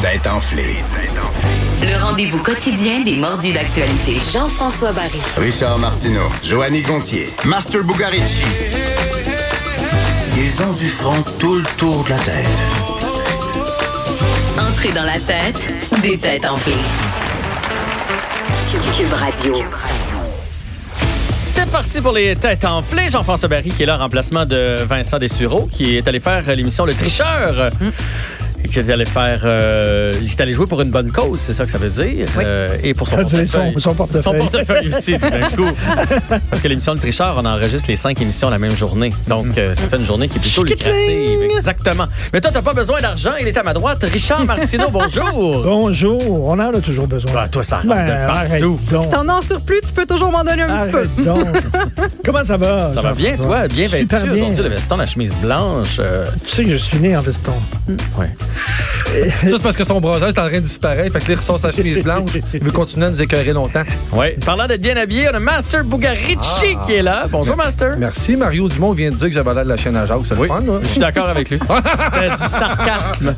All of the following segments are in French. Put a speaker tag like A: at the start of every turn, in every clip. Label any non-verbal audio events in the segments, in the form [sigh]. A: Tête enflée.
B: Le rendez-vous quotidien des mordus d'actualité.
C: Jean-François Barry.
A: Richard Martineau, Joanny Gontier, Master Bugarici. Ils ont du front tout le tour de la tête.
B: Entrée dans la tête des têtes enflées. Cube, Cube Radio.
D: C'est parti pour les têtes enflées. Jean-François Barry qui est là en remplacement de Vincent Dessureau qui est allé faire euh, l'émission Le Tricheur.
E: Mm.
D: Et qui est allé faire. euh, qui est allé jouer pour une bonne cause, c'est ça que ça veut dire. Euh, et pour son
E: Ça veut dire son-
D: portefeuille.
E: son portefeuille.
D: Son portefeuille aussi, tout d'un
E: [laughs]
D: coup. Parce que l'émission Le Tricheur, on enregistre les cinq émissions la même journée. Donc, euh, ça fait une journée qui est plutôt lucrative. Exactement. Mais toi, t'as pas besoin d'argent. Il est à ma droite. Richard Martineau,
E: [laughs]
D: bonjour.
E: Bonjour, on en a toujours besoin.
D: Ah, toi, ça rentre
E: Ben,
D: de partout.
E: arrête donc.
F: Si t'en as en surplus, tu peux toujours m'en donner un
D: Ah,
F: petit peu.
E: Arrête
F: [laughs]
E: donc. Comment ça va?
D: Ça va bien,
E: Jean-François?
D: toi? Bien
E: Super
D: vêtu
E: bien.
D: aujourd'hui, le veston, la chemise blanche. euh,
E: Tu sais que je suis né en veston.
D: ouais.
G: Juste parce que son bronzer est en train de disparaître, fait que là, il ressort sa chemise blanche. Il veut continuer à nous écœurer longtemps.
D: Oui. Parlant d'être bien habillé, on a Master Bugarici qui est là. Bonjour, Master.
G: Ah. Merci, Mario Dumont vient de dire que j'avais l'air de la chaîne à Jacques. C'est le
D: Oui,
G: fun, hein?
D: je suis d'accord avec
G: [laughs]
D: lui. C'était du sarcasme.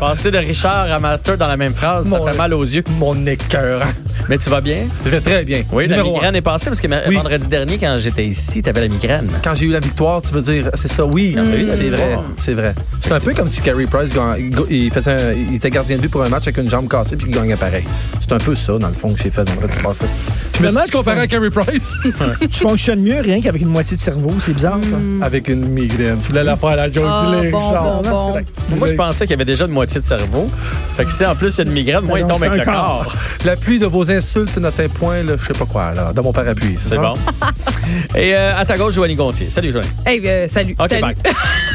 D: Passer de Richard à Master dans la même phrase, ça
G: Mon-
D: fait mal aux yeux.
G: Mon écœurant.
D: Mais tu vas bien?
G: Je vais très bien.
D: Oui, la
G: Numéro un.
D: migraine est passée parce que ma-
G: Oui.
D: vendredi dernier, quand j'étais ici, t'avais la migraine.
G: Quand j'ai eu la victoire, tu veux dire, c'est ça, Ah, oui,
D: eu la
G: c'est vrai,
D: victoire.
G: c'est vrai. C'est un peu comme si Carey Price, gagne- il, faisait un- il était gardien de but pour un match avec une jambe cassée puis qu'il gagnait pareil. C'est un peu ça, dans le fond, que j'ai fait vendredi passé. Je me suis
E: Finalement,
G: dit comparé à Carey Price
E: Tu fonctionnes mieux rien qu'avec une moitié de cerveau, c'est bizarre. ça.
G: [laughs] avec une migraine. Tu voulais la faire à la joke
F: Mm, Ah,
G: du lait,
F: bon,
G: Richard.
F: bon, bon.
D: Moi, je pensais qu'il y avait déjà une moitié de cerveau. Fait que si en plus il y a une migraine, moi, il
E: Donc,
D: tombe avec
E: c'est
D: le
E: un corps.
D: corps.
G: La pluie de vos insultes n'atteint point, là, je sais pas quoi, là, dans mon parapluie.
D: C'est
G: ça?
D: bon. Et euh, à ta gauche, Joanie Gontier. Salut, Joanie.
F: Hey, euh, salut.
D: OK,
F: salut.
D: bye.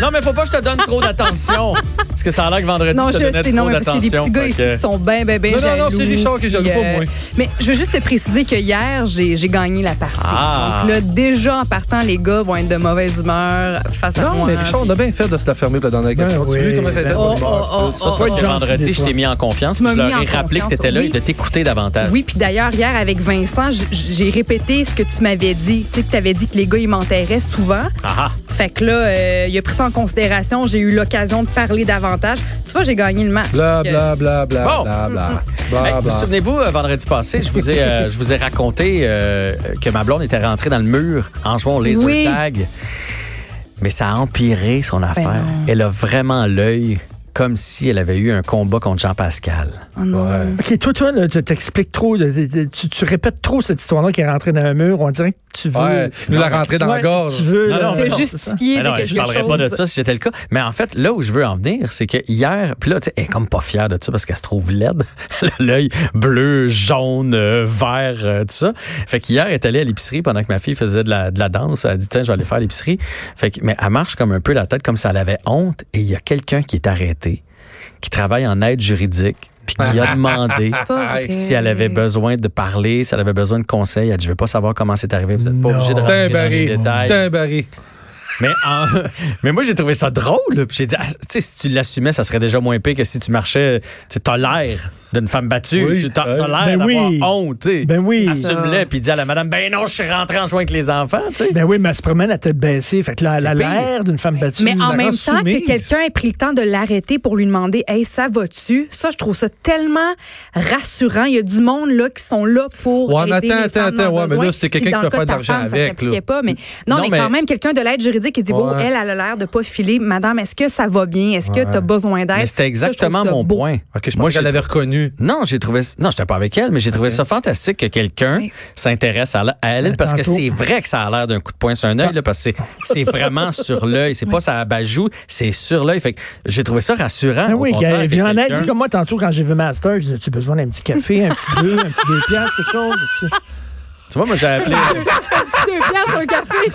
D: Non, mais faut pas que je te donne trop d'attention. Parce que ça a l'air que vendredi,
F: Non,
D: je te
F: je
D: donnais
F: sais,
D: trop
F: non, mais parce qu'il y a des
D: d'attention.
F: petits gars
D: Fait
F: ici
D: que-
F: qui sont bien, bien, bien
G: Non, non,
F: jaloux.
G: non, c'est Richard qui est jaloux,
F: Puis, euh,
G: pas moi.
F: Mais je veux juste te préciser que hier, j'ai j'ai gagné la partie.
D: Ah.
F: Donc là, déjà en partant, les gars vont être de mauvaise humeur face à
G: Non,
F: moi.
G: mais Richard, on a bien fait de se la fermer pour la dernière question.
E: Ben
G: tu
E: oui,
G: sais comment ça a été
E: ben
G: de
F: Oh,
G: bonne
F: oh,
G: humeur.
F: oh,
D: Ça, c'est
F: oh,
D: parce
F: oh.
D: que
E: gentil,
D: vendredi,
E: des
D: je t'ai
E: fois.
D: mis en confiance.
F: Tu
D: puis
F: m'as
D: Je leur
F: mis en
D: ai rappelé que
F: confiance,
D: tu étais là
F: oui.
D: et de t'écouter davantage.
F: Oui, puis d'ailleurs, hier, avec Vincent, j- j'ai répété ce que tu m'avais dit. Tu sais, que tu avais dit que les gars, ils m'enterraient souvent.
D: Ah, ah.
F: Fait que là, euh, il a pris ça en considération. J'ai eu l'occasion de parler davantage. Tu vois, j'ai gagné le match.
G: Bla,
F: Fait que-
G: bla, bla, bla,
D: Bon.
G: bla, bla,
D: Hey,
F: Ah,
G: bla,
F: ben.
D: vous
G: bla.
D: souvenez-vous, euh, vendredi passé, je vous ai, euh, je vous ai raconté euh, que ma blonde était rentrée dans le mur en jouant au laser
F: Oui. Ben
D: tag. Mais ça a empiré son affaire. elle a vraiment l'œil comme si elle avait eu un combat contre Jean Pascal.
G: Ouais.
E: OK, toi, toi, là, tu t'expliques trop, là, tu, tu- tu répètes trop cette histoire-là qui est rentrée dans un mur. On dirait que tu veux.
G: Ouais, nous la
E: Non,
G: rentrer dans
E: ouais,
G: la gorge.
E: Tu veux.
D: Non,
E: là,
D: non,
E: ouais,
F: T'as
E: c'est ça.
F: justifié
D: Mais
F: de
D: Ben non,
F: quelque
D: je parlerai
F: chose.
D: pas de ça si c'était le cas. Mais en fait, là où je veux en venir, c'est que hier, puis là, tu sais, elle est comme pas fière de ça parce qu'elle se trouve laide. [laughs] Elle a L'œil bleu, jaune, euh, vert, euh, tout ça. Fait qu'hier, elle est allée à l'épicerie pendant que ma fille faisait de la, de la danse. Elle a dit, tiens, je vais aller faire l'épicerie. Fait que, mais elle marche comme un peu la tête, comme si elle avait honte. Et il y a quelqu'un qui est arrêté, qui travaille en aide juridique, puis qui a demandé
F: [laughs] pas vrai.
D: si elle avait besoin de parler, si elle avait besoin de conseils. Elle a dit, je veux pas savoir comment c'est arrivé. Vous êtes pas obligé de rentrer
G: T'es
D: dans les
G: barré.
D: détails.
G: T'es barré.
D: Mais, en- [laughs] mais moi, j'ai trouvé ça drôle. Puis j'ai dit, ah, tu sais, si tu l'assumais, ça serait déjà moins pire que si tu marchais. Tu sais, t'as l'air d'une femme battue.
G: Oui,
D: tu t'as
G: euh,
D: t'as l'air
E: ben
D: d'avoir
E: oui.
D: honte. tu sais.
E: Ben oui.
D: Assume-le. Puis dis à la madame, ben non, je suis rentré en jouant avec les enfants. tu sais.
E: Ben oui, mais elle se promène à tête baissée. Fait que là, elle a
D: C'est pire.
E: l'air d'une femme battue.
F: Mais en
E: La
F: même
E: rend
F: temps
E: soumise.
F: que quelqu'un ait pris le temps de l'arrêter pour lui demander Hey, ça va-tu? Ça, je trouve ça tellement rassurant. Il y a du monde là qui sont là pour.
G: Ouais, mais
F: aider
G: attends,
F: les femmes
G: attends,
F: dans le
G: ouais, mais
F: besoin.
G: là, c'est quelqu'un
F: Puis
G: qui
F: dans
G: peut
F: le cas
G: faire
F: de ta
G: de l'argent
F: femme, ça
G: avec,
F: s'appliquait
G: là. Mm.
F: pas, mais, non,
D: Non,
F: mais,
D: mais-
F: quand même, quelqu'un de l'aide juridique qui dit Bon,
G: Ouais.
F: elle, elle a l'air de pas filer. Madame, est-ce que ça va bien? Est-ce que tu as besoin d'aide?
D: Mais c'était
F: Ça, je trouve
D: exactement
F: ça
D: mon
F: beau.
D: point.
G: Ok, je
D: Moi,
G: pense qu'elle
D: j'ai-
G: l'avait reconnu.
D: Non, j'ai trouvé. Non, j'étais pas avec elle, mais j'ai trouvé ça fantastique que quelqu'un s'intéresse à, la- à elle parce que
E: Ben, tantôt- Ben
D: c'est vrai que ça a l'air d'un coup de poing sur un œil, là, parce que c'est- c'est vraiment sur l'œil. C'est pas ça abajoue, c'est sur l'œil. Fait que j'ai trouvé ça rassurant.
E: Ah
D: au
E: oui,
D: contraire,
E: elle
D: que
E: vient en aide.
D: quelqu'un-
E: C'est comme moi, tantôt, quand j'ai vu Master, je disais, tu as besoin d'un petit café, un petit deux, un petit deux piastres, quelque chose. tu sais.
D: Tu vois, moi, j'ai appelé.
F: Deux piastres, un café.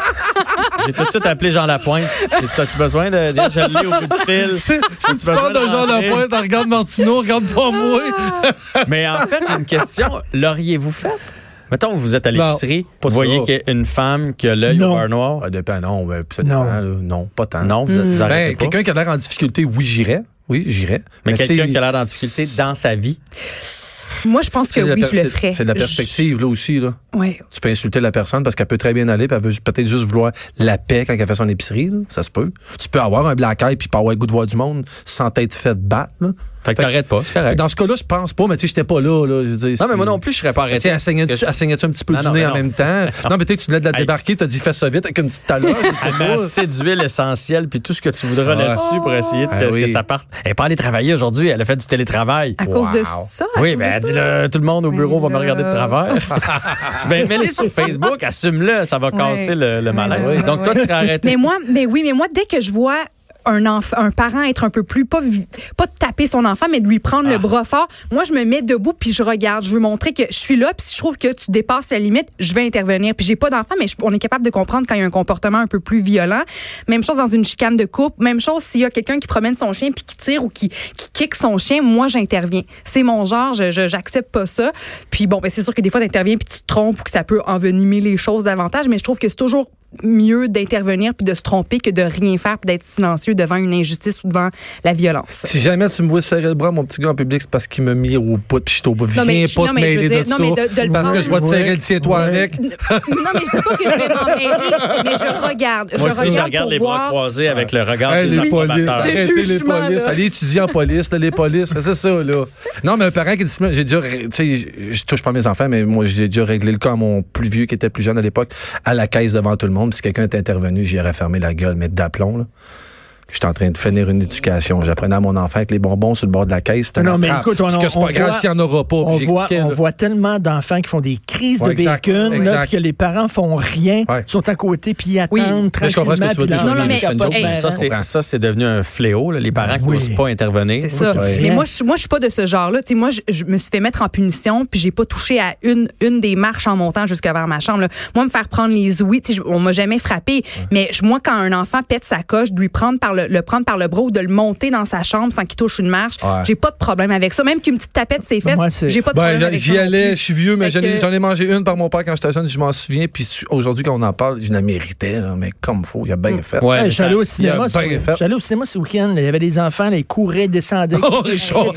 D: J'ai tout de suite appelé Jean Lapointe. J'ai dit, T'as-tu besoin de. Je je l'ai au bout du fil.
G: [laughs]
D: As-tu
G: Tu parles de
D: besoin de
G: Jean
D: rentrer?
G: Lapointe, elle regarde Martineau, regarde pas moi.
F: Ah.
D: Mais en fait, j'ai une question. L'auriez-vous faite? Mettons, vous êtes à
G: Non,
D: l'épicerie,
G: pas
D: vous voyez
G: ça.
D: qu'il y a une femme qui a l'œil au
E: Non.
D: beurre noir.
G: dépend, ah, non, mais ça
E: Non.
G: là. Non, pas tant.
D: Non, vous,
F: Hmm.
D: vous arrêtez
G: Ben,
D: pas.
G: quelqu'un qui a l'air en difficulté, oui, j'irais. Oui, j'irais.
D: Mais quelqu'un
G: tu sais,
D: qui a l'air en difficulté dans sa vie.
F: Moi, je pense que
G: c'est de la
F: oui,
G: per-
F: je le
G: c'est-
F: ferais.
G: C'est de la perspective, là aussi, là.
F: Je- Ouais.
G: Tu peux insulter la personne parce qu'elle peut très bien aller, puis elle veut ju- peut-être juste vouloir la paix quand elle fait son épicerie, là. ça se peut. Tu peux avoir un black eye puis pas avoir le goût de voir du monde sans t'être fait battre. là.
D: Fait que
G: Fait-
D: t'arrêtes pas, c'est correct.
G: Dans ce cas-là, je pense pas, mais tu sais, j'étais pas là. là je veux dire,
D: non, mais
G: c'est-
D: moi non plus, je serais pas arrêté.
G: Tiens, elle saignait-
D: Parce que
G: elle saignait-tu un petit peu
D: Non,
G: du
D: non,
G: nez
D: mais
G: en
D: [laughs] non.
G: même temps? Non, mais peut-être que tu venais de la
D: Hey.
G: débarquer, t'as dit fais ça vite avec une petite taloche. je sais
D: Elle met
G: pas.
D: assez d'huile essentielle puis tout ce que tu voudras
G: Ah.
D: là-dessus pour essayer de
G: Ah
D: que,
G: oui.
D: que ça parte. Elle n'est pas allée travailler aujourd'hui, elle a fait du télétravail.
F: À cause de ça? à
D: Oui,
F: cause
D: ben
F: de ça?
D: dis-le, tout le monde au bureau va me
F: là.
D: regarder de travers.
F: [laughs]
D: ben, mets-les sur Facebook, assume-le, ça va casser le, le malaise.
F: Ouais, ouais,
D: Donc toi, tu serais arrêté.
F: Mais moi, mais oui, mais moi, dès que je vois un, enf- un parent être un peu plus, pas, vi- pas de taper son enfant, mais de lui prendre le bras fort, moi, je me mets debout puis je regarde. Je veux montrer que je suis là, puis si je trouve que tu dépasses la limite, je vais intervenir. Puis j'ai pas d'enfant, mais je- on est capable de comprendre quand il y a un comportement un peu plus violent. Même chose dans une chicane de couple. Même chose s'il y a quelqu'un qui promène son chien puis qui tire ou qui, qui kick son chien, moi, j'interviens. C'est mon genre, je- je- j'accepte pas ça. Puis bon, ben, c'est sûr que des fois, t'interviens puis tu te trompes ou que ça peut envenimer les choses davantage, mais je trouve que c'est toujours mieux d'intervenir puis de se tromper que de rien faire puis d'être silencieux devant une injustice ou devant la violence.
G: Si jamais tu me vois serrer le bras, mon petit gars en public, c'est parce qu'il m'a mis au bout, puis je suis au bout. Viens
F: Non, mais je-
G: pas
F: non,
G: te
F: mais je veux
G: mêler de
F: dire- non, mais de- de
G: ça.
F: le
G: Parce que
F: prendre.
G: je vais te serrer le tien, toi,
E: Ouais.
F: [laughs]
G: avec.
F: non, mais je dis pas que je vais m'en mêler, mais je regarde.
D: Moi
F: je
D: aussi, je
F: regarde
D: regarde
F: pour
D: les bras
F: voir.
D: croisés avec le regard
G: Hey,
D: des
G: les polices,
D: approbateurs.
F: C'était
G: arrêtez les
F: jugement,
G: polices,
F: là.
G: allez étudier en police, là, les polices, c'est ça, là. Non, mais un parent qui dit, j'ai déjà, ré- tu sais, je- je touche pas à mes enfants, mais moi, j'ai déjà réglé le cas à mon plus vieux qui était plus jeune à l'époque, à la caisse devant tout le monde, puis si quelqu'un était intervenu, j'y aurais fermé la gueule, mais d'aplomb, là. J'étais en train de finir une éducation. J'apprenais à mon enfant avec les bonbons sur le bord de la caisse. c'était
E: Non,
G: ma
E: mais
G: frappe,
E: écoute, on-
G: parce que c'est
E: on
G: pas grave
E: voit-
G: s'il y en aura pas.
E: On
G: Puis
E: voit,
G: j'expliquais,
E: on
G: là.
E: voit tellement d'enfants qui font des crises
G: Ouais,
E: de
G: exact,
E: bacon là,
G: exact.
E: puis que les parents font rien,
G: Ouais.
E: sont à côté puis ils attendent
F: Oui.
G: Mais je comprends ce que tu veux dire,
E: tranquillement,
F: Jean-Louis,
E: puis
F: je fais une
E: leur
F: joke, mais
E: capotent,
D: Ça,
E: ben,
D: c'est, ça, c'est devenu un fléau, là, les parents
G: Ah
D: qui
E: oui.
D: n'osent pas intervenir.
F: C'est ça.
E: Écoute,
F: Mais
E: ouais.
F: moi, je, moi, je suis pas de ce genre-là. Tu sais, moi, je, je me suis fait mettre en punition, puis j'ai pas touché à une, une des marches en montant jusqu'à vers ma chambre. là. Moi, me faire prendre les ouïes, tu sais, je- on m'a jamais frappé. Mais je- moi, quand un enfant pète sa coche, de lui prendre par le, le prendre par le bras ou de le monter dans sa chambre sans qu'il touche une marche,
G: Ouais.
F: j'ai pas de problème avec ça. Même qu'une petite tapette ses fesses,
E: Moi, c'est-
F: j'ai pas de
G: Ben,
F: problème
G: là,
F: avec ça
G: j'y
F: non
G: allais,
F: plus.
G: je suis vieux, mais
F: Fait
G: j'en ai,
F: que-
G: j'en ai mangé une par mon père quand j'étais jeune, je m'en souviens. Puis su- aujourd'hui, quand on en parle, je la méritais, là, mais comme faut, il a
F: Mm.
G: bien fait.
D: Ouais,
E: Hey,
D: mais
E: je suis
D: ça-
E: allé au
G: il
E: cinéma.
G: a
E: ce-
G: bien
E: Je
G: fait.
E: suis allé au cinéma ce week-end. Il y avait des enfants, ils couraient, descendaient.
G: Oh, [laughs] Richard!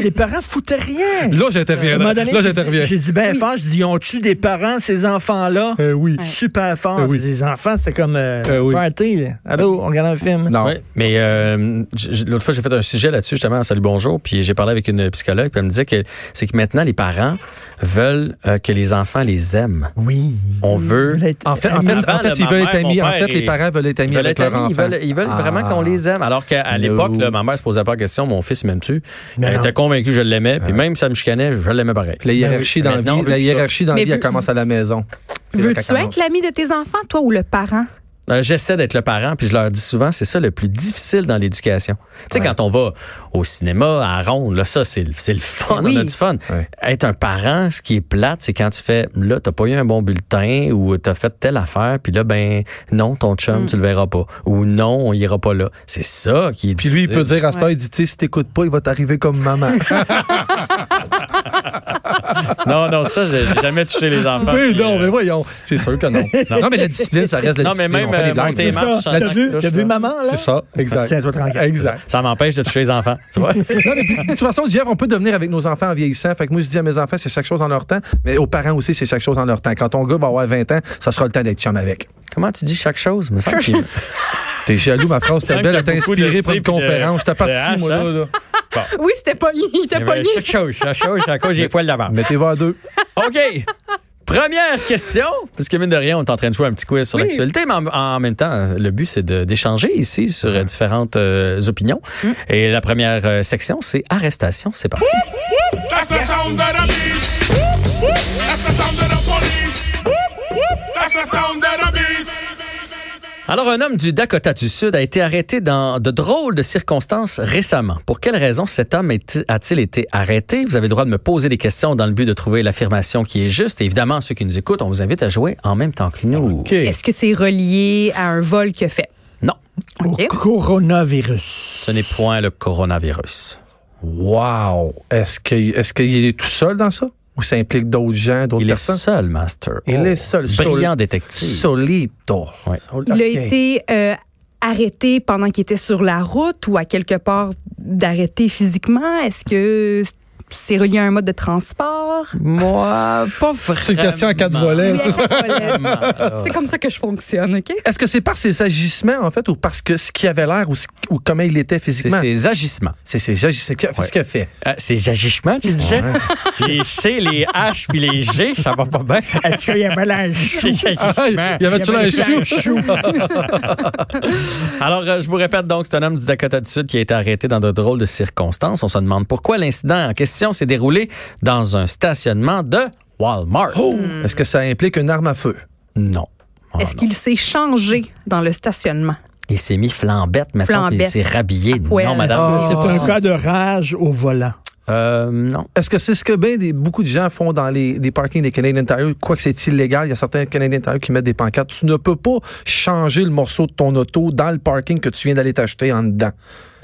E: les parents foutaient rien.
G: Là,
E: À un
G: j'interviens.
E: moment
G: Là,
E: donné, j'ai dit-
G: j'interviens.
E: J'ai dit, ben fort, je dis, ils ont tué des parents, ces enfants-là? oui. Super fort.
G: Euh, Eh oui.
E: Les enfants, c'est comme euh,
G: Euh, oui.
E: party. là. Allô, on regarde un film.
G: Non.
D: Ouais, mais euh, j- j- l'autre fois, j'ai fait un sujet là-dessus, justement, en Salut Bonjour, puis j'ai parlé avec une psychologue, puis elle me disait que c'est que maintenant, les parents veulent euh, que les enfants les aiment.
E: Oui.
D: On veut...
G: En fait, en
D: Amis.
G: fait,
D: Avant,
G: en fait,
D: là,
G: ils
D: ma
G: veulent
D: mère,
G: être amis.
D: mon
G: En
D: père
G: fait, les
D: et-
G: parents veulent être
D: Ils
G: amis
D: veulent,
G: avec
D: être
G: leur
D: amis,
G: enfant.
D: ils veulent, ils veulent
G: Ah.
D: vraiment qu'on les aime. Alors qu'à à
G: No.
D: l'époque, là, ma mère se posait pas la question, mon fils, il m'aime-tu?
E: Mais
D: Elle
E: non.
D: était convaincue que je l'aimais, puis même si elle me chicanait, je l'aimais pareil.
G: Ah.
D: Ben
G: Puis La hiérarchie dans la
D: Maintenant,
G: vie,
D: on veut
G: la
D: ça.
G: hiérarchie dans la
F: Mais
G: vie, elle
F: veux-
G: commence à la maison. C'est là qu'elle
F: Veux-tu
G: commence.
F: être l'ami de tes enfants, toi, ou le parent?
D: Euh, J'essaie d'être le parent, puis je leur dis souvent, c'est ça le plus difficile dans l'éducation. Tu sais, quand on va au cinéma, à Ronde, là, ça, c'est le c'est le fun,
F: Oui.
D: on a du fun.
G: Ouais.
D: Être un parent, ce qui est plate, c'est quand tu fais, là, t'as pas eu un bon bulletin, ou t'as fait telle affaire, puis là, ben, non, ton
G: Mm.
D: chum, tu le verras pas. Ou non, on ira pas là. C'est ça qui est
G: Puis lui, il peut
D: difficile.
G: dire à ce temps, il dit, tu sais, si t'écoutes pas, il va t'arriver comme maman.
D: Non, non, ça, j'ai j'ai jamais touché les enfants.
G: Mais
D: Puis,
G: non,
D: euh,
G: mais voyons. C'est sûr que non. [laughs] Non, mais la discipline, ça reste la
D: Non, mais même,
G: discipline. On fait des
D: euh,
G: blagues,
D: monter
G: c'est
D: les
G: ça.
D: marches,
E: T'as vu,
D: touche,
E: t'as vu
D: là.
E: maman, là?
G: C'est ça, exact.
E: Tiens, toi, tranquille.
G: Exact.
D: Ça m'empêche de toucher les enfants, tu
G: [laughs]
D: vois?
G: Non, mais puis, de toute façon, Jeff, on peut devenir avec nos enfants en vieillissant. Fait que moi, je dis à mes enfants, c'est chaque chose en leur temps, mais aux parents aussi, c'est chaque chose en leur temps. Quand ton gars va avoir 20 ans, ça sera le temps d'être chum avec.
D: Comment tu dis chaque chose? Il me semble qu'il-
G: T'es jaloux, ma phrase,
D: Il
G: c'était
D: me semble
G: belle, elle
D: qu'il y
G: t'a
D: a beaucoup
G: inspiré
D: de
G: pour
D: C
G: une
D: puis de-
G: conférence. Je t'ai
D: de H,
G: parti, moi, là.
D: hein?
G: là.
F: Oui, c'était pas il t'a pas
D: Ben, Chaque chose, chaque chose, chaque chose, j'ai les poils d'avant.
G: Mettez-vous à deux.
D: OK. Première question, parce que mine de rien, on est en train de jouer un petit quiz sur l'actualité, mais en, en même temps, le but, c'est de- d'échanger ici sur euh, différentes euh, opinions. Et la première euh, section, c'est arrestation. C'est parti.
C: That's the sound of the beast. That's the sound of the police. That's the sound of the beast.
D: Alors, un homme du Dakota du Sud a été arrêté dans de drôles de circonstances récemment. Pour quelle raison cet homme est- a-t-il été arrêté? Vous avez le droit de me poser des questions dans le but de trouver l'affirmation qui est juste. Et évidemment, ceux qui nous écoutent, on vous invite à jouer en même temps que nous.
F: Est-ce que c'est relié à un vol qu'il a fait?
D: Non,
F: OK.
E: Coronavirus.
D: ce n'est point le coronavirus.
G: Wow! Est-ce qu'il est, tout seul dans ça? Ou ça implique d'autres gens, d'autres
D: Il est
G: personnes?
D: seul, Master.
G: Il est
D: Oh.
G: seul.
D: Brillant
G: Sol-
D: détective.
G: Solito.
D: Ouais.
G: Sol-
F: Il
G: OK.
F: a été euh, arrêté pendant qu'il était sur la route ou à quelque part d'arrêté physiquement. Est-ce que c'est relié à un mode de transport.
D: Moi, pas vraiment.
G: C'est une question à quatre
E: Ben,
G: volets.
F: Oui,
G: c'est ça? Ah,
F: voilà. C'est comme ça que je fonctionne, OK?
G: Est-ce que c'est par ses agissements, en fait, ou parce que ce qu'il avait l'air ou, ce- ou comment il était
D: C'est
G: physiquement?
D: ses agissements.
G: C'est ses agissements. Qu'est-ce qu'il a fait?
D: Ah, ses agissements, tu disais? Les C, les H puis les G, ça va pas bien.
E: Est-ce qu'il y
G: [laughs]
E: avait l'air chou?
D: Ses
G: Ah,
D: agissements.
G: il y avait-tu là un chou? Ah.
D: Alors, euh, je vous répète donc, c'est un homme du Dakota du Sud qui a été arrêté dans de drôles de circonstances. On se demande pourquoi l'incident en question s'est déroulé dans un stationnement de Walmart.
G: Oh! Est-ce que ça implique une arme à feu?
D: Non. Ah,
F: Est-ce
D: non.
F: qu'il s'est changé dans le stationnement?
D: Il s'est mis flambette maintenant, puis il
F: Flambette.
D: s'est rhabillé.
F: poil.
D: Non, madame.
G: Ah.
E: C'est un cas de rage au volant.
D: Euh, non.
G: Est-ce que c'est ce que ben des, beaucoup de gens font dans les, les parkings des Canadian Tire? Quoique c'est illégal, il y a certains Canadian Tire qui mettent des pancartes. Tu ne peux pas changer le morceau de ton auto dans le parking que tu viens d'aller t'acheter en dedans.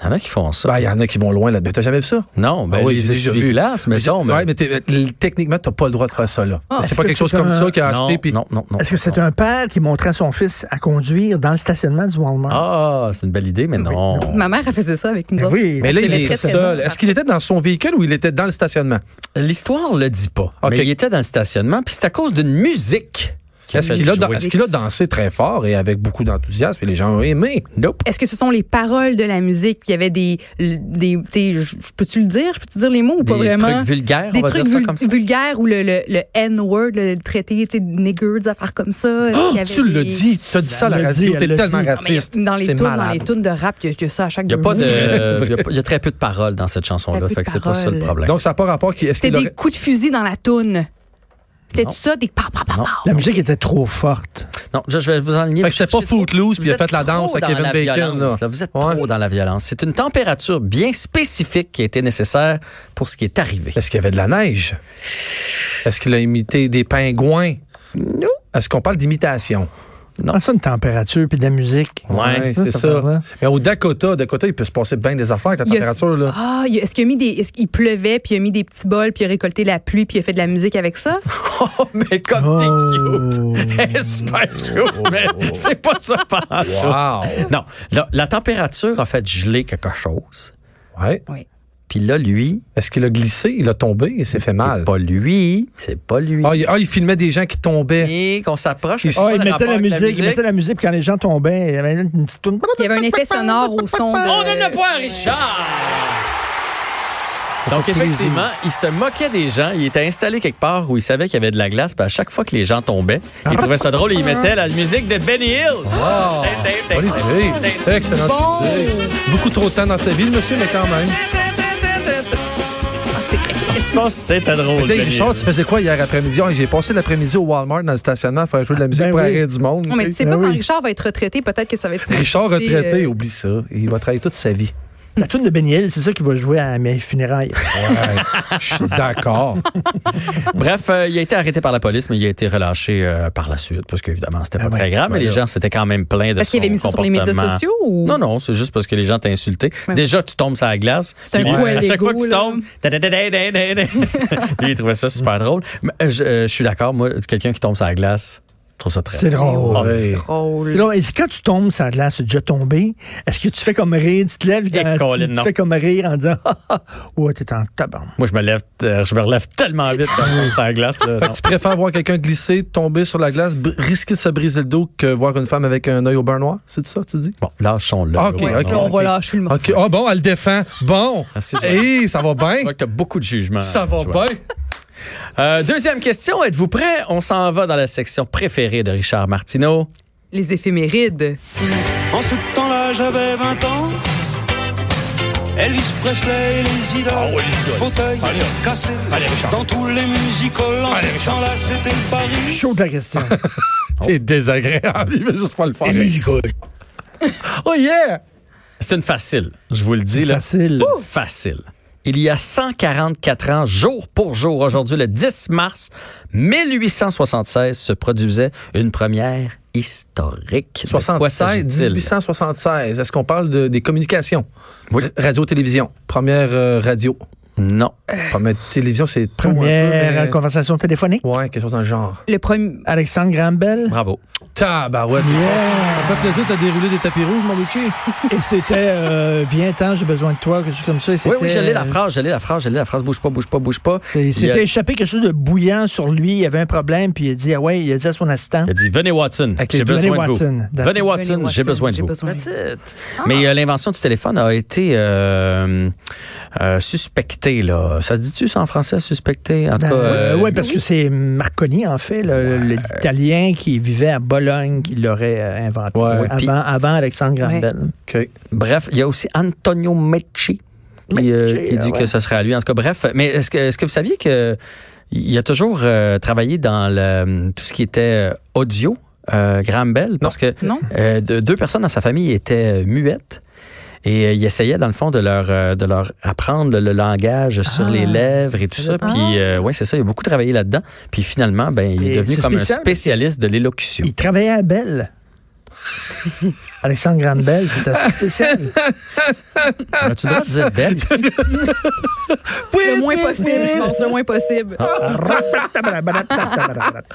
D: Il y en a qui font ça.
G: Ben, il y en a qui vont loin là-dedans. T'as jamais vu ça?
D: Non, ben,
G: Ah oui,
D: les
G: j'ai déjà
D: essuie
G: vu.
D: glaces,
G: Mais Ah,
D: mais non, mais-
G: ouais, mais t'es- euh, techniquement, t'as pas le droit de faire ça, là. c'est
E: est-ce
G: pas
E: que
G: quelque chose
E: c'est
G: comme
E: un-
G: ça qu'il a
D: non,
G: acheté. puis-
D: non, non, non.
E: Est-ce que c'est un père qui montrait à son fils à conduire dans le stationnement du Walmart?
D: Ah, c'est une belle idée, mais non.
F: Ma mère, elle faisait ça avec nous
E: Ben
F: autres.
E: oui.
G: Mais là, il
F: C'est
G: est
F: très, très
G: seul.
F: bon.
G: Est-ce qu'il était dans son véhicule ou il était dans le stationnement?
D: L'histoire le dit pas.
G: Ok.
D: Mais il était dans le stationnement, puis c'est à cause d'une musique.
G: Est-ce qu'il a,
D: joué.
G: est-ce qu'il a dansé très fort et avec beaucoup d'enthousiasme et les gens ont aimé?
D: Nope.
F: Est-ce que ce sont les paroles de la musique? Il y avait des. des tu sais, je- je- peux-tu le dire? Je peux-tu dire les mots ou pas
D: Des
F: vraiment?
D: trucs vulgaires,
F: des
D: on va
F: trucs
D: dire ça
F: vul-
D: comme ça.
F: vulgaires ou le, le, le N-word, le traité, tu sais, nigger, des affaires comme
D: Oh,
F: ça. Est-ce qu'il y avait
G: Tu
F: des-
G: le dis, tu as dit ça à
E: Elle
G: la
E: l'a
G: radio,
E: dit,
G: t'es
E: elle l'a
G: tellement
E: dit.
G: raciste.
F: Dans les
G: C'est
F: tunes, dans
G: malade.
F: les tunes de rap, il y a- il y, a ça à chaque
D: Il y a
F: deux
D: pas
F: mots.
D: de, euh, il y a pas- il y a très peu de paroles dans cette chanson-là,
F: Très peu
D: fait
F: de
D: que c'est pas ça le
F: paroles.
D: problème.
G: Donc, ça n'a pas rapport. qui- Est-ce
F: C'était
G: qu'il
F: des
G: aurait-
F: coups de fusil dans la toune. C'était
D: Non.
F: ça, des pa, pa, pa,
D: Non.
F: pa.
E: La musique était trop forte.
D: non, je, je vais vous enligner.
G: Fait que c'était pas
D: Vous êtes-
G: Footloose, puis il a
D: vous êtes
G: fait la danse
D: trop
G: à
D: dans
G: Kevin
D: la
G: Bacon,
D: violence,
G: là.
D: Vous êtes
G: Ouais.
D: trop dans la violence. C'est une température bien spécifique qui a été nécessaire pour ce qui est arrivé.
G: Est-ce qu'il y avait de la neige? Est-ce qu'il a imité des pingouins?
D: Non.
G: Est-ce qu'on parle d'imitation?
E: Ah, ça, une température puis de la musique.
D: Ouais,
G: c'est ça.
E: parle, hein?
G: Mais au Dakota, Dakota, il peut se passer bien des affaires avec la
F: Il a-
G: température, là.
F: Ah, il- est-ce qu'il a mis des. Est-ce qu'il pleuvait, puis il a mis des petits bols, puis il a récolté la pluie, puis il a fait de la musique
D: [laughs]
F: avec ça?
D: Oh, mais comme t'es cute! [laughs] Super cute, mais c'est pas ça, pas
F: Ah.
G: Wow!
D: Non, la, la température a fait geler quelque chose.
G: Ouais.
F: Oui.
D: Puis là, lui,
G: Est-ce qu'il a glissé, il a tombé et s'est fait
D: c'est
G: mal?
D: pas lui, c'est pas lui.
G: Ah, il, ah, il filmait des gens qui tombaient.
D: Et qu'on s'approche. mais c'est
E: Ah,
D: pas
E: il
D: le
E: mettait
D: rapport
E: la
D: avec
E: musique, il mettait la musique, puis quand les gens tombaient, il y avait une petite toune.
F: Il y avait un effet sonore au son de.
D: On donne le point à Richard! Donc, effectivement, il se moquait des gens. Il était installé quelque part où il savait qu'il y avait de la glace. Puis à chaque fois que les gens tombaient, il trouvait ça drôle et il mettait la musique de Benny Hill.
G: Bonne idée. Excellente idée. Beaucoup trop de temps dans sa vie, le monsieur, mais quand même.
F: Ah, c'est-
D: Ça, c'était drôle.
G: Tu sais,
D: Benny
G: Richard,
D: Hill.
G: tu faisais quoi hier après-midi? Ah, j'ai passé l'après-midi au Walmart dans le stationnement à faire jouer de la musique
E: Ben
G: pour
E: oui.
G: arrêter du monde.
F: Non, mais tu sais
G: tu
F: pas,
E: Ben
F: quand
E: oui.
F: Richard va être retraité, peut-être que ça va être.
G: sais. Richard
F: une activité,
G: retraité,
F: euh,
G: oublie ça. Il va travailler toute sa vie.
E: La toune de Benny Hill, c'est ça qui va jouer à
D: [laughs]
E: mes funérailles.
G: Ouais, je suis d'accord.
D: Bref, euh, il a été arrêté par la police, mais il a été relâché euh, par la suite parce qu'évidemment, c'était pas
E: Ah ouais.
D: très grave. Mais les gens s'étaient quand même plaints de
F: Parce qu'il avait
D: son
F: mis ça sur les médias
D: comportement.
F: sociaux ou.
D: Non, non, c'est juste parce que les gens t'insultaient.
F: Ouais.
D: Déjà, tu tombes sur la glace.
F: C'est un
D: Puis
F: coup
D: lui,
F: à
D: À chaque
F: l'ego,
D: fois que tu
F: là.
D: tombes, ta-da-da-da-da-da-da. lui, [laughs] il trouvait ça super drôle. Mais, euh, je, euh, je suis d'accord, moi, quelqu'un qui tombe sur la glace, je trouve ça très
E: C'est drôle.
D: Ouais.
G: Ouais.
D: Oh
F: Drôle.
E: Non, et si- quand tu tombes sur la glace, tu es déjà tombé, est-ce que tu fais comme rire, tu te lèves, dans-
D: Eh, Colin,
E: tu, tu
D: non.
E: fais comme rire en disant [laughs] Ah, ah, Ouais, t'es en tabac.
D: Moi, je me lève, euh, je me relève tellement vite quand je tombe sur la glace. là.
G: Fait que tu préfères voir quelqu'un glisser, tomber sur la glace, br- risquer de se briser le dos que voir une femme avec un œil au beurre noir? C'est ça, tu dis?
D: Bon, lâchons-le.
G: Ah, ok,
D: Ben Ouais,
G: ok.
F: Là, on
D: non.
F: va lâcher le morceau.
G: OK. Ah bon, elle défend. Bon.
D: Merci, Joël.
G: Hé, ça va
D: Je
G: bien.
D: vois que t'as beaucoup de jugement.
G: Ça va
D: Joël.
G: bien.
D: Euh, deuxième question, êtes-vous prêts? On s'en va dans la section préférée de Richard Martineau.
F: Les éphémérides.
H: En ce temps-là, j'avais 20 ans. Elvis Presley et Ah les idoles, fauteuil cassé dans tous les musicals. En ce temps-là, c'était le Paris.
E: Chaud de
D: [laughs]
E: la question.
D: Oh.
G: T'es désagréable. Il veut juste pas le faire. Oh yeah!
D: C'est une facile, je vous le dis. là.
E: Facile.
D: C'est une facile. Il y a 144 ans, jour pour jour, aujourd'hui, le 10 mars 1876, se produisait une première historique. De quoi
G: 76,
D: s'agit-il?
G: 1876. Est-ce qu'on parle de- des communications?
D: Oui.
G: Radio-télévision. Première euh, radio.
D: Non.
G: Première télévision, c'est près ou un peu,
E: Première
G: mais-
E: euh, conversation téléphonique.
G: Ouais, quelque chose dans le genre.
F: Le premier.
E: Alexandre Grambel.
D: Bravo.
G: Tabarouette. Yeah. Ça fait plaisir, t'as déroulé des tapis rouges, mon Lucky.
E: Et c'était euh, Viens-t'en, j'ai besoin de toi, quelque chose comme ça. Et
D: Oui,
E: c'était- euh,
D: oui, j'allais la phrase, j'allais la phrase, j'allais la phrase, bouge pas, bouge pas, bouge pas.
E: Et Il
D: Il a,
E: s'était échappé quelque chose de bouillant sur lui. Il avait un problème, puis il a dit Ah ouais, il a dit à son assistant.
D: il a dit Venez Watson,
G: Avec les
D: j'ai
G: deux.
D: besoin
E: Venez,
D: de vous.
E: Watson. That's
D: Venez
E: it.
D: Watson,
F: Venez,
D: j'ai besoin de vous.
F: besoin de vous.
D: Mais euh, l'invention du téléphone a été euh, euh, suspectée, là. Ça se dit-tu ça en français, suspecté? En tout cas, euh,
E: oui, Ben, parce que c'est Marconi, en fait, le- le- l'Italien qui vivait à Bologne, qui l'aurait euh, inventé
G: Ouais.
E: Oui,
D: Puis-
E: avant, avant Alexandre Grambel.
G: OK.
D: Bref, il y a aussi Antonio Mecci qui, euh,
E: Mecci, ah
D: qui dit
E: ouais.
D: que ce serait à lui. En tout cas, bref. Mais est-ce que, est-ce que vous saviez que il a toujours euh, travaillé dans le, tout ce qui était euh, audio, euh, Grambel, parce que
F: Non.
D: euh, de- deux personnes dans sa famille étaient euh, muettes. Et euh, il essayait, dans le fond, de leur, euh, de leur apprendre le, le langage sur
E: Ah,
D: les lèvres et tout ça. Puis, euh, ouais, c'est ça. Il a beaucoup travaillé là-dedans. Puis finalement, ben, il est
E: Et
D: devenu
E: c'est
D: comme
E: spécial,
D: un spécialiste de l'élocution.
E: Il travaillait
D: [laughs]
E: à Belle. Alexandre Grambel, c'est assez
D: [laughs]
E: spécial. Ah.
D: On a-tu le droit de dire belle
E: [laughs]
D: ici?
F: Le moins possible, je pense, le moins possible.
D: Ah,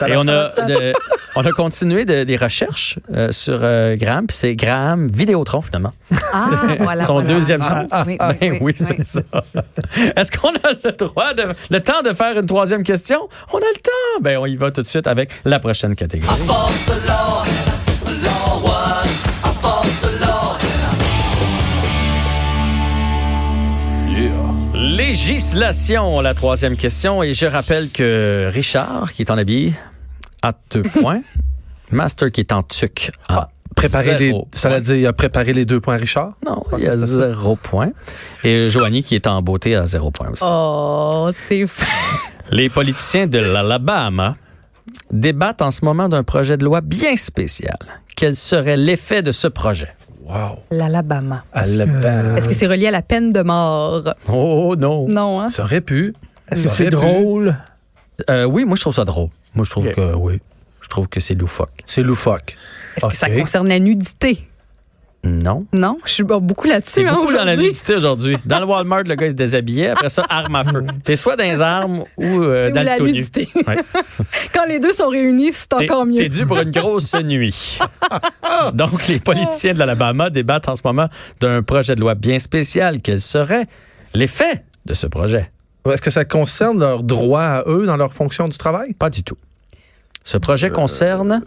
D: Et on a, de- on a continué de- des recherches euh, sur euh, Graham, puis c'est Graham Vidéotron, finalement.
F: Ah, voilà.
D: Son
F: voilà.
D: deuxième
F: Ah,
D: nom.
F: oui,
D: Ben oui, c'est
F: oui.
D: ça. [laughs] Est-ce qu'on a le droit, de, le temps de faire une troisième question? On a le temps. Ben, on y va tout de suite avec la prochaine catégorie. Législation, la troisième question. Et je rappelle que Richard, qui est en habillé, à
F: [laughs]
D: deux points. Master, qui est en tuc. à
F: Ah,
G: Préparer les,
D: zéro
G: ça
D: point.
G: veut dire, il a préparé les deux points, Richard.
D: Non, il y a zéro point. Et Joanie qui est en beauté à zéro point aussi.
F: Oh, t'es fin.
D: Les politiciens de l'Alabama débattent en ce moment d'un projet de loi bien spécial. Quel serait l'effet de ce projet?
G: Wow.
F: L'Alabama.
G: Alabama.
F: Euh, Est-ce que c'est relié à la peine de mort?
D: Oh non!
F: Non, hein?
G: Ça aurait pu.
E: Est-ce que
G: Ça
E: c'est
G: aurait pu.
E: drôle?
D: Euh, oui, moi je trouve ça drôle. Moi je trouve
E: Ok.
D: que oui. Je trouve que c'est loufoque.
G: C'est loufoque.
F: Est-ce que ça
G: Ok.
F: concerne la nudité?
D: Non.
F: Non, je suis bon, beaucoup
D: C'est
F: là-dessus. hein,
D: beaucoup dans la
F: aujourd'hui.
D: nudité aujourd'hui. Dans le Walmart, le gars il se déshabillait. Après ça, arme à
F: [laughs]
D: feu. T'es soit dans les armes ou euh,
F: C'est
D: dans
F: où la
D: le tout nu.
F: nudité.
D: Ouais.
F: Quand les deux sont réunis, c'est
D: T'es-
F: encore mieux.
D: T'es dû pour une
F: [laughs]
D: grosse nuit. Donc, les politiciens de l'Alabama débattent en ce moment d'un projet de loi bien spécial. Quel serait l'effet de ce projet?
G: Est-ce que ça concerne leurs droits à eux dans leur fonction du travail?
D: Pas du tout. Ce projet
G: Euh,
D: concerne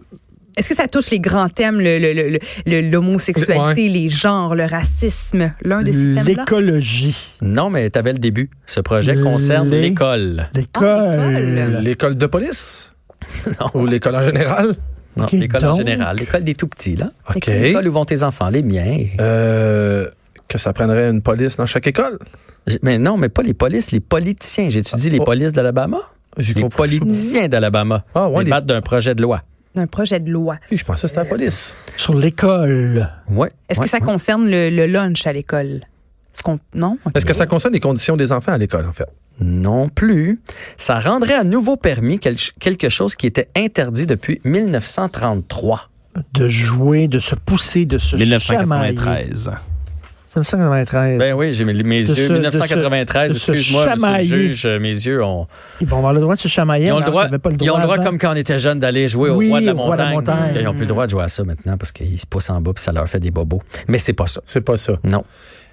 F: Est-ce que ça touche les grands thèmes, le- le- le- le- l'homosexualité, les genres, le racisme, l'un de ces thèmes-là?
E: L'écologie.
D: Non, mais t'avais le début. Ce projet concerne
E: Les-
D: l'école.
E: L'école.
F: l'école.
G: L'école de police?
D: [laughs] Non.
G: Ou l'école en général?
D: Non,
E: Ok,
D: l'école en
E: donc.
D: général. L'école des tout petits, là.
G: OK.
D: L'école où vont tes enfants, les miens.
G: Euh, que ça prendrait une police dans chaque école?
D: J- Mais non, mais pas les polices, les politiciens. J'étudie les
G: oh.
D: polices d'Alabama.
G: J'ai
D: Les
G: compris.
D: politiciens d'Alabama
G: Ah, ouais, les-
D: débattent d'un projet de loi.
F: Un projet de loi.
G: Je pensais que c'était la police.
E: Sur l'école.
D: Ouais.
F: Est-ce
D: ouais,
F: que ça
D: ouais.
F: concerne le, le lunch à l'école? Est-ce qu'on- Non? Ok.
G: Est-ce que ça concerne les conditions des enfants à l'école, en fait?
D: Non plus. Ça rendrait à nouveau permis quel- quelque chose qui était interdit depuis 1933.
E: de jouer, de se pousser, de se chamailler.
D: 1993.
E: 1993.
D: Ben oui, j'ai mes, mes
E: De
D: yeux.
E: se- de
D: 1993,
E: se- de se
D: excuse-moi, monsieur le
E: chamailler.
D: juge, euh, mes yeux ont.
E: ils vont avoir le droit de se chamailler.
D: Ils ont
E: on
D: le
E: leur
D: droit,
E: avait pas le droit
D: ils ont le droit
E: avant.
D: comme quand on était jeune, d'aller jouer au
E: Oui,
D: roi de la
E: au roi de la
D: montagne.
E: montagne.
D: Parce qu'ils n'ont plus le droit de jouer à ça maintenant parce qu'ils se poussent en bas puis ça leur fait des bobos. Mais c'est pas ça.
G: C'est pas ça.
D: Non.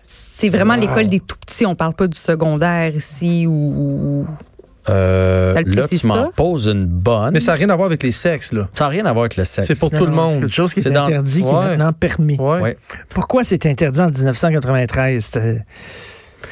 F: C'est vraiment l'école des tout petits. On parle pas du secondaire ici ou. ou-
D: Euh,
F: Ça le
D: là,
F: précise
D: tu m'en
F: pas?
D: poses une bonne.
G: Mais ça n'a rien à voir avec les sexes, là.
D: Ça n'a rien à voir avec le sexe.
G: C'est pour
E: Non,
G: tout le
E: non, C'est
G: monde.
E: quelque chose qui est,
D: C'est dans-
E: interdit, qui
G: Ouais.
E: est maintenant permis.
G: Ouais.
D: Ouais.
E: Pourquoi c'est interdit en 1993? C'était-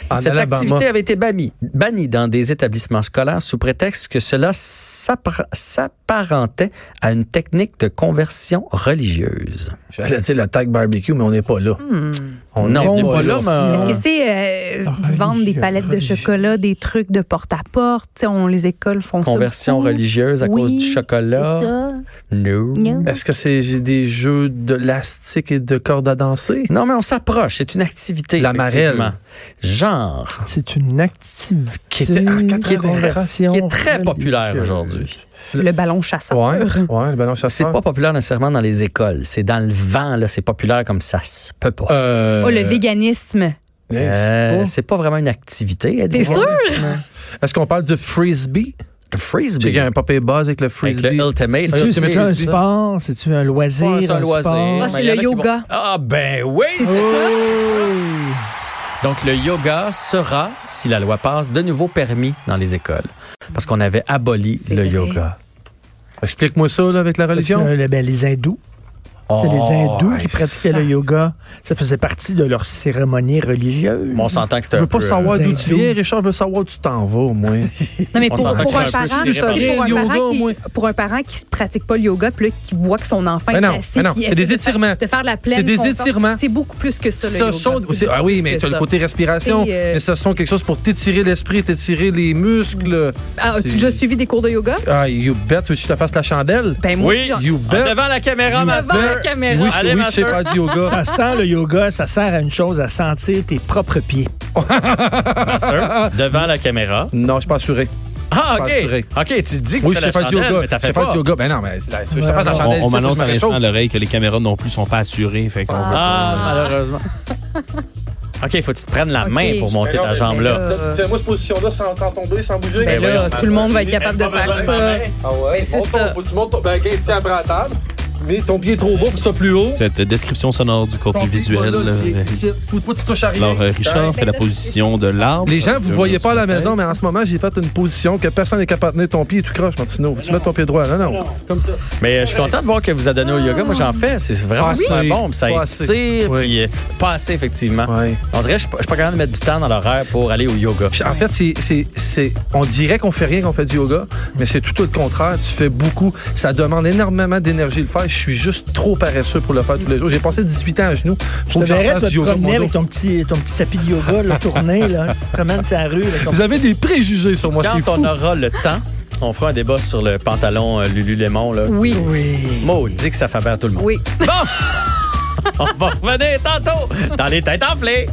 G: En
D: Cette
G: Alabama.
D: activité avait été bannie, bannie dans des établissements scolaires sous prétexte que cela s'appar- s'apparentait à une technique de conversion religieuse.
G: J'allais dire l'attaque barbecue, mais on n'est pas là. On
D: Hmm. Non,
G: n'est
D: on
G: pas
D: n'est
G: là,
D: pas
G: mais-
D: là.
F: Est-ce que c'est euh,
E: Religieux,
F: vendre des palettes de
E: religieux.
F: chocolat, des trucs de porte-à-porte? Tu sais, On, les écoles font ça
D: Conversion
F: beaucoup.
D: religieuse à
F: Oui,
D: cause du chocolat. No.
F: Non.
G: Est-ce que c'est j'ai des jeux de lastique et de cordes à danser?
D: Non, mais on s'approche. C'est une activité.
G: La
D: effectivement.
G: marelle.
D: Genre.
E: C'est une activité
G: Qui était- ah, quatre-
D: Qui est,
E: Conversion
D: qui est très populaire
E: religieuse.
D: aujourd'hui.
F: Le ballon chasseur.
G: Ouais, ouais, le ballon
D: C'est
G: chasseur.
D: pas populaire nécessairement dans les écoles. C'est dans le vent, là. C'est populaire comme ça se peut pas.
G: Euh,
F: Oh, le véganisme.
G: Hey,
D: Euh,
G: Eh, c'est pas-
D: c'est pas vraiment une activité.
F: T'es
D: êtes-vous?
F: sûr?
G: Est-ce qu'on parle du frisbee?
D: Le frisbee.
G: Tu sais qu'il y a un pop et buzz avec le
D: Avec
G: frisbee.
D: le ultimate.
E: C'est-tu
D: ultimate,
E: c'est-tu un
D: Euh, ça.
E: sport? C'est-tu un loisir?
D: C'est un loisir.
E: sport?
F: Ah, c'est
D: Mais il y
F: le
D: en a qui
F: yoga.
D: vont- Ah, ben oui!
F: C'est
D: Donc, le yoga sera, si la loi passe, de nouveau permis dans les écoles. Parce qu'on avait aboli
F: C'est
D: le
F: vrai.
D: yoga.
G: Explique-moi ça là, avec la religion.
E: Euh, le- ben, les hindous. C'est les hindous qui pratiquaient le yoga. Ça faisait partie de leur cérémonie religieuse.
D: Mais On s'entend que c'était
G: Je
D: un
G: veux
D: peu...
G: pas savoir
E: euh,
G: d'où
E: c'est
G: tu viens, Richard, je veux savoir où tu t'en vas, au moins.
F: Non, mais
D: On
F: pour,
D: s'entend
F: pour
D: que
F: un
D: c'est un peu
F: parent,
D: ciré
F: c'est
D: par
F: pour,
G: les
F: un
G: yoga,
F: parent
G: au moins.
F: qui, pour un parent qui se pratique pas le yoga, puis là, qui voit que son enfant
G: Mais
F: est
G: non,
F: assis,
G: mais non,
F: qui
G: c'est
F: essaie
G: des
F: de faire-
G: étirements.
F: De faire la pleine
G: C'est des
F: conscience.
G: étirements.
F: C'est beaucoup plus que ça, le yoga.
G: sont,
F: C'est
G: ah oui,
F: beaucoup plus
G: mais tu as
F: que
G: le
F: ça.
G: côté respiration,
F: Et, euh,
G: mais ce sont quelque chose pour t'étirer l'esprit, t'étirer les muscles.
F: Ah, as-tu
G: C'est-
F: déjà suivi des cours de yoga?
G: Ah, you bet, tu veux que je te fasse la chandelle?
D: euh,
F: Ben, moi, aussi, j'en-
G: you
D: En
G: bet.
D: Devant la caméra,
G: You
D: master.
F: Devant la caméra.
G: Oui, je-
D: Allez,
G: oui, je sais
D: master.
G: faire du yoga.
E: Ça sent le yoga, ça sert à une chose, à sentir tes propres pieds.
D: Master, Devant la caméra.
G: Non, je suis pas assuré.
D: Ah,
G: Je
D: OK.
G: suis pas assuré.
D: OK, tu dis que tu
G: Oui, je
D: fais
G: sais
D: la
G: faire du
D: chandelle,
G: yoga.
D: mais t'as
G: Je
D: fait
G: sais faire
D: pas.
G: du yoga. Ben non, mais c'est- je te fasse la
E: non.
G: chandelle.
I: On m'annonce
G: ici, faut
I: à
G: que je me
I: l'instant à
G: réchauffe.
I: l'oreille que les caméras non plus sont pas assurées. Fait qu'on veut-
D: Ah, malheureusement. OK, faut que tu te prennes la
F: OK,
D: main pour
F: je-
D: monter ta jambe là.
F: Euh,
G: Tiens-moi cette position-là sans, sans tomber, sans bouger.
F: Ben là, tout le monde va être capable de faire ça.
G: Ah ouais,
F: Ben, c'est
G: monte ton-
F: ça.
G: faut que tu montes ton- ben, Gaël, tiens, prends la table. Mais ton pied est trop bas, faut que ce soit plus haut.
I: Cette description sonore du
G: Ton
I: contenu
G: pied,
I: visuel.
G: voilà, il est
I: euh,
G: ici. Faut pas que tu touches à rien.
I: Alors, euh,
D: Ben,
I: Richard fait la position de l'arbre.
G: Les gens,
I: Avec
G: vous
I: deux
G: voyez pas à la
I: mains sur
G: maison, mais en ce moment, j'ai fait une position que personne n'est capable de tenir ton pied et tu croches, Martino. Faut-tu mettre ton pied droit? Non, non. Comme ça.
D: Mais euh, je suis content de voir que vous a donné au yoga. Moi, j'en fais. C'est vraiment
G: Pas
D: c'est un
G: assez.
D: bon. puis Ça
G: Pas assez.
D: étire.
G: Oui.
D: puis, euh, Pas assez, effectivement.
G: Ouais.
D: On dirait que je suis pas- je suis pas capable de mettre du temps dans l'horaire pour aller au yoga.
G: En fait, c'est, c'est, c'est- on dirait qu'on fait rien qu'on fait du yoga, mais c'est tout, le contraire. Tu fais beaucoup. Ça demande énormément d'énergie de le faire. Je suis juste trop paresseux pour le faire tous les jours. J'ai passé 18 ans à genoux.
E: Je
G: Faut que
E: te
G: j'en
E: verrais,
G: fasse
E: toi,
G: du
E: te
G: yoga, mon
E: promener
G: dos.
E: avec ton petit, ton petit tapis de yoga, là, tourné, là. Tu te promènes sur la rue. là, ton
G: Vous avez des préjugés sur moi,
D: Quand
G: c'est
D: on
G: fou.
D: aura le temps, on fera un débat sur le pantalon euh, Lululemon. Là.
G: Mm.
F: Oui,
E: Oui.
D: Maudit que ça fait peur à tout le monde.
F: oui.
D: On va revenir tantôt dans les têtes enflées.